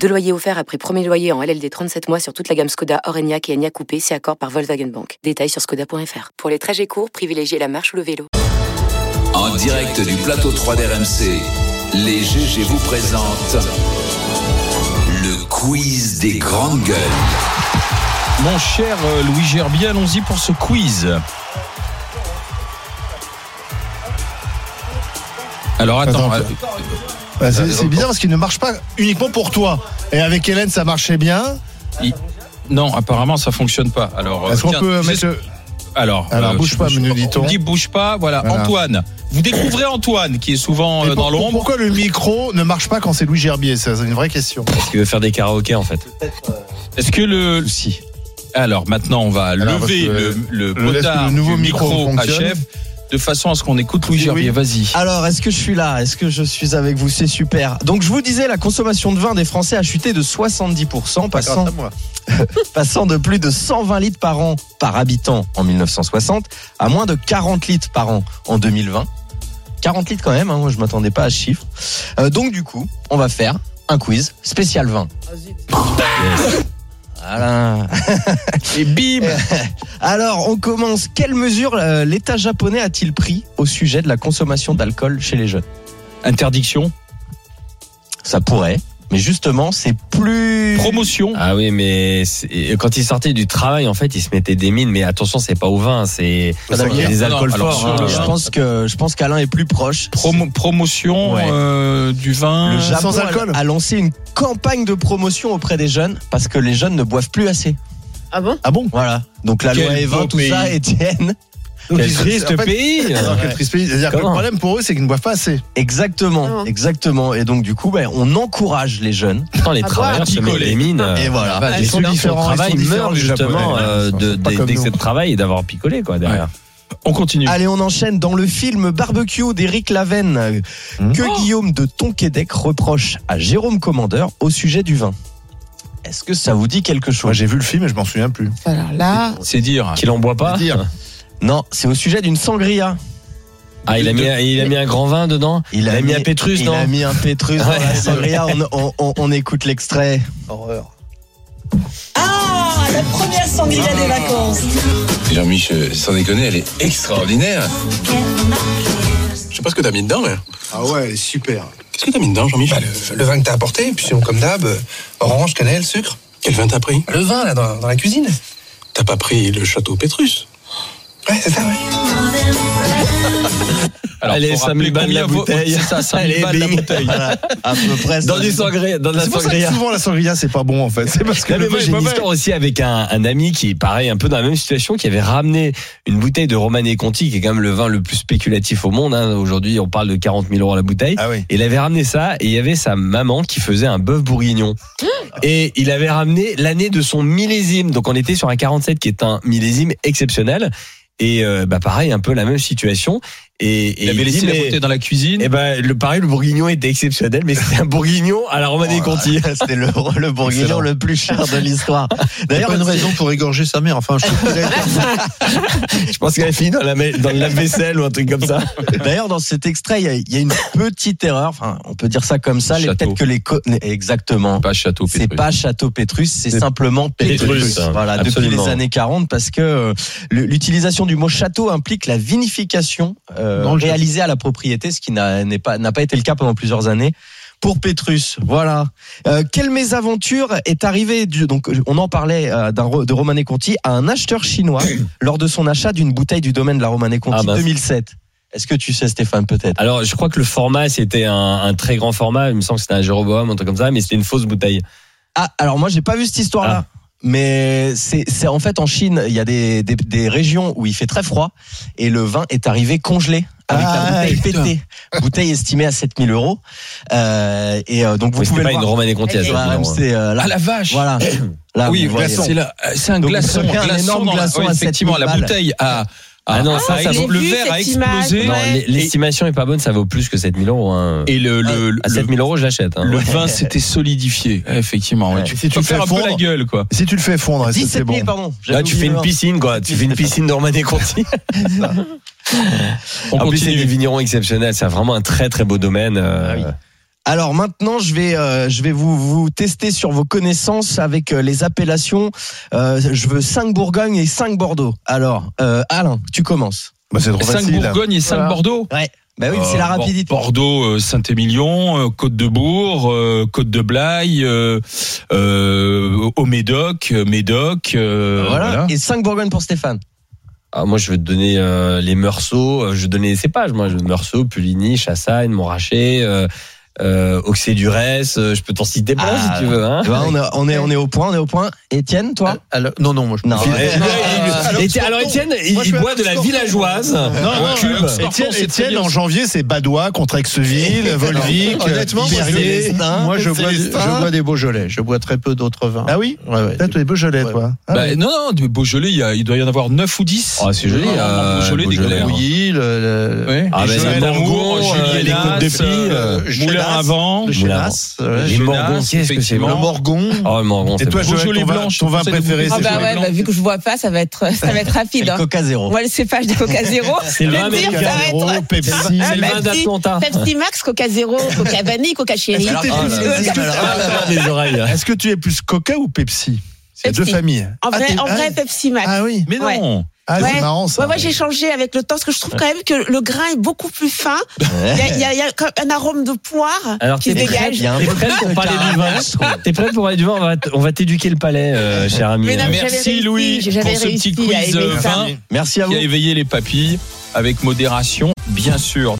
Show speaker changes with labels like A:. A: Deux loyers offerts après premier loyer en LLD 37 mois sur toute la gamme Skoda, Orenia et Enya Coupé, si accord par Volkswagen Bank. Détails sur skoda.fr. Pour les trajets courts, privilégiez la marche ou le vélo.
B: En direct du plateau 3 d'RMC, les GG vous présentent le quiz des grandes gueules.
C: Mon cher euh, Louis Gerbier, allons-y pour ce quiz. Alors attends,
D: Attends,
C: euh,
D: Bah, c'est c'est bizarre parce qu'il ne marche pas uniquement pour toi. Et avec Hélène, ça marchait bien.
C: il- non, apparemment ça fonctionne pas. Alors, euh,
D: Est-ce qu'on
C: tiens,
D: peut
C: juste-
D: mettre le-
C: alors, euh,
D: Alors, bouge
C: je-
D: pas,
C: je-
D: me
C: on
D: dit-on.
C: dit bouge pas. Voilà,
D: Voilà.
C: Antoine. Vous découvrez Antoine qui est souvent euh, dans
D: Et pour-
C: l'ombre.
D: Pourquoi le micro ne marche pas quand c'est Louis Gerbier Ça, C'est une vraie question.
E: Parce qu'il veut faire des karaokés en fait.
C: Est-ce que le
E: Si.
C: alors maintenant on va
D: Alors, parce
C: lever
D: que,
C: le, le
D: laisse que
C: potard
D: le nouveau
C: du
D: micro
C: micro, à
D: fonctionne.
C: chef de façon à ce qu'on écoute Louis
D: Oui, oui.
C: Gerbier. Vas-y.
E: Alors, est-ce que je suis là Est-ce que je suis avec vous C'est super. Donc, je vous disais, la consommation de vin des Français a chuté de 70%,
D: Pas grâce
E: passant,
D: à moi.
E: passant de plus de 120 litres par an par habitant en 1960 à moins de 40 litres par an en 2020. 40 litres quand même, hein, moi je m'attendais pas à ce chiffre. Euh, donc, du coup, on va faire un quiz spécial vin. Voilà.
C: Et bim.
E: Euh, Alors, on commence. Quelle mesure euh, l'État japonais a-t-il pris au sujet de la consommation d'alcool chez les jeunes
C: Interdiction.
E: Ça pourrait, mais justement, c'est plus.
C: Promotion.
F: Ah oui, mais c'est- quand il sortait du travail, en fait, il se mettait des mines. Mais attention, c'est pas au vin, c'est
E: Ah, d'accord.
F: il y a des
C: Non, non,
F: alcools
C: alors,
F: forts.
C: sur
F: hein.
C: le
E: Je pense que je pense qu'Alain est plus proche.
C: Promo- promotion
E: Ouais.
C: euh, du vin.
E: Le Japon
D: Sans alcool
E: a, a lancé une campagne de promotion auprès des jeunes parce que les jeunes ne boivent plus assez.
A: Ah bon
E: Ah bon Voilà. Donc la
C: Quel
E: loi
C: beau
E: Evin, tout
C: pays.
E: ça, Étienne.
D: Donc,
F: Quel
D: ils-
F: triste
D: en fait-
F: pays
D: Alors, quel triste pays. C'est-à-dire que le
F: euh, Comment
D: problème pour eux, c'est qu'ils ne boivent pas assez.
C: Ah.
E: Exactement, exactement. Et donc du coup, ben, on encourage les jeunes.
F: Putain, les
G: Ah,
F: travailleurs se mettent
C: picoler.
F: des mines.
E: Et voilà.
F: Bah,
C: Ah,
D: Ils
F: les
D: sont
F: ceux qui
D: différents,
F: sont au travail
D: ils sont différents
F: meurent
D: du
F: justement
D: Japonais.
F: euh,
D: Ils
F: de-
D: sont pas
F: de-
D: comme
F: d'excès
D: nous.
F: de travail et d'avoir picolé quoi derrière.
C: On continue.
E: Allez, on enchaîne dans le film Barbecue d'Éric Laven euh,
F: Mmh.
E: que
C: Oh.
E: Guillaume de Tonquédec reproche à Jérôme Commandeur au sujet du vin. Est-ce que ça vous dit quelque
D: Moi,
E: chose
D: j'ai vu le film et je m'en souviens plus.
G: Alors là,
C: C'est dire.
F: Qu'il en boit pas
D: Dire.
E: Non, c'est au sujet d'une sangria.
F: Ah, il a
C: De-
F: mis, il a mis un grand vin dedans Il a mis un Pétrus,
E: il
F: non
E: a mis un pétrus dans la sangria. On, on- on- on écoute l'extrait.
H: Ah, la première sangria des vacances.
B: Jean-Mich, euh, sans déconner, elle est extraordinaire. Je sais pas ce que t'as mis dedans, mais.
I: Ah ouais, elle est super.
B: Qu'est-ce que t'as mis dedans, Jean-Mich le, vin que t'as apporté, puis comme d'hab, euh, orange, cannelle, sucre. Quel vin t'as pris Le vin, là, dans, la cuisine. T'as pas pris le château Pétrus Ouais, c'est ça, ouais.
C: Alors,
F: Allez,
C: faut
F: ça
C: rappeler
F: me balles
C: combien
F: la
C: vaut-
F: bouteille.
C: C'est ça, ça
F: Allez,
C: me balles la
F: bing.
C: bouteille.
E: Voilà, à peu près.
F: Dans
E: ça.
F: du sangria, dans de la
D: C'est pour ça que
F: sangria.
D: souvent la sangria, c'est pas bon en fait. C'est parce que
C: Ah,
F: Non, mais
D: le
F: moi,
D: vin est
F: j'ai une
D: mauvais.
F: histoire aussi avec un, un ami qui est pareil, un peu dans la même situation, qui avait ramené une bouteille de Romanée Conti, qui est quand même le vin le plus spéculatif au monde. hein. Aujourd'hui, on parle de 40 000 euros la bouteille.
D: Ah oui.
F: Et il avait ramené ça, et il y avait sa maman qui faisait un bœuf bourguignon. Et il avait ramené l'année de son millésime. Donc on était sur un 47 qui est un millésime exceptionnel. Et euh, bah pareil, un peu la même situation. Et, et
C: Il avait
F: il
C: laissé
F: dit,
C: la
F: mais-
C: bouteille dans la cuisine.
F: eh ben, le, pareil, le bourguignon était exceptionnel, mais c'était un bourguignon à la Romanée Conti.
E: C'était le, le bourguignon
D: Excellent.
E: le plus cher de l'histoire. D'ailleurs,
D: pour égorger sa mère. Enfin, je
F: Je pense qu'elle a fini dans, la, ma- dans le lave-vaisselle ou un truc comme ça.
E: D'ailleurs, dans cet extrait, il y a- il y, a une petite erreur. Enfin, on peut dire ça comme ça. les-
C: Château.
E: Peut-être que les co- exactement.
C: Pas château
E: C'est
C: Pétrus.
E: pas Château Pétrus, c'est
F: C'est
E: simplement Pétrus.
F: Pétrus,
E: Voilà, depuis
F: absolument.
E: les années 40, parce que euh, le- l'utilisation du mot château implique la vinification euh,
D: Dans le château.
E: réalisée à la propriété, ce qui n'a n'est pas, n'a pas été le cas pendant plusieurs années. Pour Pétrus, voilà. Euh, quelle mésaventure est arrivée du- donc on en parlait euh, d'un ro- de Romané Conti à un acheteur chinois lors de son achat d'une bouteille du domaine de la Romané Conti
F: Ah, mince.
E: 2007. Est-ce que tu sais Stéphane peut-être
F: Alors, je crois que le format, c'était un, un très grand format. Il me semble que c'était un Jéroboam, un truc comme ça, mais c'était une fausse bouteille.
E: Ah, alors moi j'ai pas vu cette histoire-là. Mais c'est c'est- en fait en Chine, il y a des, des, des régions où il fait très froid et le vin est arrivé congelé avec
D: Ah,
E: la bouteille
D: putain.
E: pétée. Bouteille estimée à 7000 euros. Euh, et euh, donc vous
F: Mais c'était
E: pouvez
F: pas
E: le
F: une
E: voir.
F: Romanée Conti à
E: Sur
F: 70 euros.
E: RMC, euh, là.
C: Ah la vache.
E: Voilà. Là,
C: oui,
F: Ah,
E: vous voyez.
C: c'est la- c'est un
E: Donc,
C: glaçon.
E: vous prenez un énorme
C: dans la-
E: glaçon
C: ouais,
E: à
C: effectivement,
E: 7000
C: la
E: balles.
C: bouteille à
F: Ah non, ça,
G: Ah,
F: ça
G: je
F: vaut-
G: l'ai
F: le
G: vu,
F: verre a
G: cette image,
F: explosé.
G: ouais.
F: Non,
G: Ouais.
F: l'e- l'estimation est pas bonne, ça vaut plus que 7000 euros. hein.
C: Et le, le,
F: à
C: le-
F: 7000 euros, je l'achète. hein.
C: le vin s'était solidifié. Eh, Effectivement, ouais,
E: Ouais.
C: tu
D: Si tu
C: peux
D: le fais
C: faire un peu
D: fondre.
C: la gueule, quoi.
D: Si tu le fais fondre, c'est- c'est
E: 17
D: bon.
E: 000, pardon.
F: Là, tu fais une piscine, quoi. Tu fais une piscine de Romanée Conti.
C: On
F: en plus, c'est
C: continue.
F: des vignerons exceptionnels. C'est vraiment un très, très beau domaine. euh,
E: Ah oui. Alors maintenant, je vais, euh, je vais vous, vous tester sur vos connaissances avec euh, les appellations. Euh, je veux 5 Bourgogne et 5 Bordeaux. Alors, euh, Alain, tu commences.
D: Bah, c'est trop
C: 5
D: facile.
C: Bourgogne et 5
E: Voilà.
C: Bordeaux.
E: Bah oui, c'est la
C: Euh, Bor-
E: rapidité.
C: Bordeaux, euh, Saint-Émilion, euh, Côte-de-Bourg, euh, Côte-de-Blaye, euh, euh, au Médoc, euh, Médoc. euh,
E: Ah, voilà.
C: voilà.
E: Et 5 Bourgogne pour Stéphane.
F: Ah, moi, je vais te donner euh, les Meursault, euh, je vais te donner les cépages. Moi, je Meursault, Puligny, Chassagne, Montrachet, euh, euh, Auxey-Duresse. euh, Je peux t'en citer plein
E: Ah,
F: si tu veux. Hein.
E: Eh ben, on, a- on est, on est au point, on est au point. Étienne, toi
I: non, non, moi je
E: Non.
F: Eh,
E: Euh,
F: non,
D: alors,
F: il- Éti- alors,
D: Scorpion.
F: Étienne, il,
D: Moi, je
F: il
D: suis
F: boit
D: avec
F: de la
D: Scorpion.
F: villageoise.
D: Non,
F: en
D: non,
F: cube.
D: alors, Étienne, Étienne, en janvier, c'est Badois contre Aixeville, Volvic,
I: Honnêtement, moi, je-
D: Berrier.
I: Moi, je bois, des- je bois des Beaujolais. Je bois très peu d'autres vins.
D: Ah oui
I: Ouais, ouais.
D: T'as tous les Beaujolais, toi. Ah
C: Bah,
D: ouais.
C: non, non, du Beaujolais, il, y a- il doit y en avoir 9 ou 10.
F: Ah, c'est joli,
C: En- en
F: euh,
C: Beaujolais, des
F: Beaujolais,
C: Beaujolais.
F: hein.
I: Bouilly, le- le-
F: Ah,
C: Les
F: ben,
C: Joël
F: les Morgons,
C: Amour,
F: euh,
C: Julien
F: les Côtes de
C: Nas,
F: Pie,
C: euh,
I: euh,
C: Moulin
I: Chenas,
C: à vent,
I: le Chenas, euh,
F: Les
C: Jonas,
F: Morgons, qu'est-ce que c'est
C: effectivement.
I: le
F: blanc
I: Morgon.
F: Oh, le Morgon,
D: Et
F: c'est
D: toi,
F: bon.
D: Joël,
C: Beaujolais
D: ton vin,
C: blanc, je
D: ton vin
C: conseille de
D: préféré,
C: vous-
D: c'est
G: Ah bah
D: quoi
G: ouais, bah, vu que je vois pas, ça va être, euh, ça va être rapide. hein.
E: Coca Zéro.
G: Moi, le cépage de Coca Zéro.
F: C'est le vin
G: dire, ça
F: américain.
G: va
D: Zéro,
G: être
D: Pepsi.
F: C'est le
G: Ah, Pepsi.
F: vin d'Atlanta.
G: Pepsi Max, Coca Zéro, Coca Vanille, Coca Chérie.
E: Alors, ah, là, là,
G: Euh,
E: là, là, là.
F: Les oreilles.
D: Est-ce que tu es plus Coca ou Pepsi C'est
G: Pepsi.
D: deux familles.
G: En
D: Ah,
G: vrai,
D: t'es-
G: en
D: ah,
G: vrai, Pepsi Max.
D: Ah oui.
C: Mais
G: Ouais.
C: non.
D: Ah, c'est marrant
G: Ouais,
D: ça.
G: ouais, j'ai changé avec le temps, parce que je trouve quand même que le grain est beaucoup plus fin. Il y a, il y a- il y a comme un arôme de poire
F: Alors,
G: qui
F: t'es
G: se
F: prêt,
G: dégage.
E: Il y a un
F: t'es prêt pour parler du vin T'es prêt pour parler du vin On va t- On va t'éduquer le palais, euh, cher ami.
G: Mais non, mais j'avais
C: Merci
G: réussi,
C: Louis
G: j'ai jamais
C: pour ce petit
G: réussi à
C: quiz
G: aimer
C: euh,
G: ça.
C: vin
E: Merci à vous.
C: qui a éveillé les papilles avec modération, bien sûr.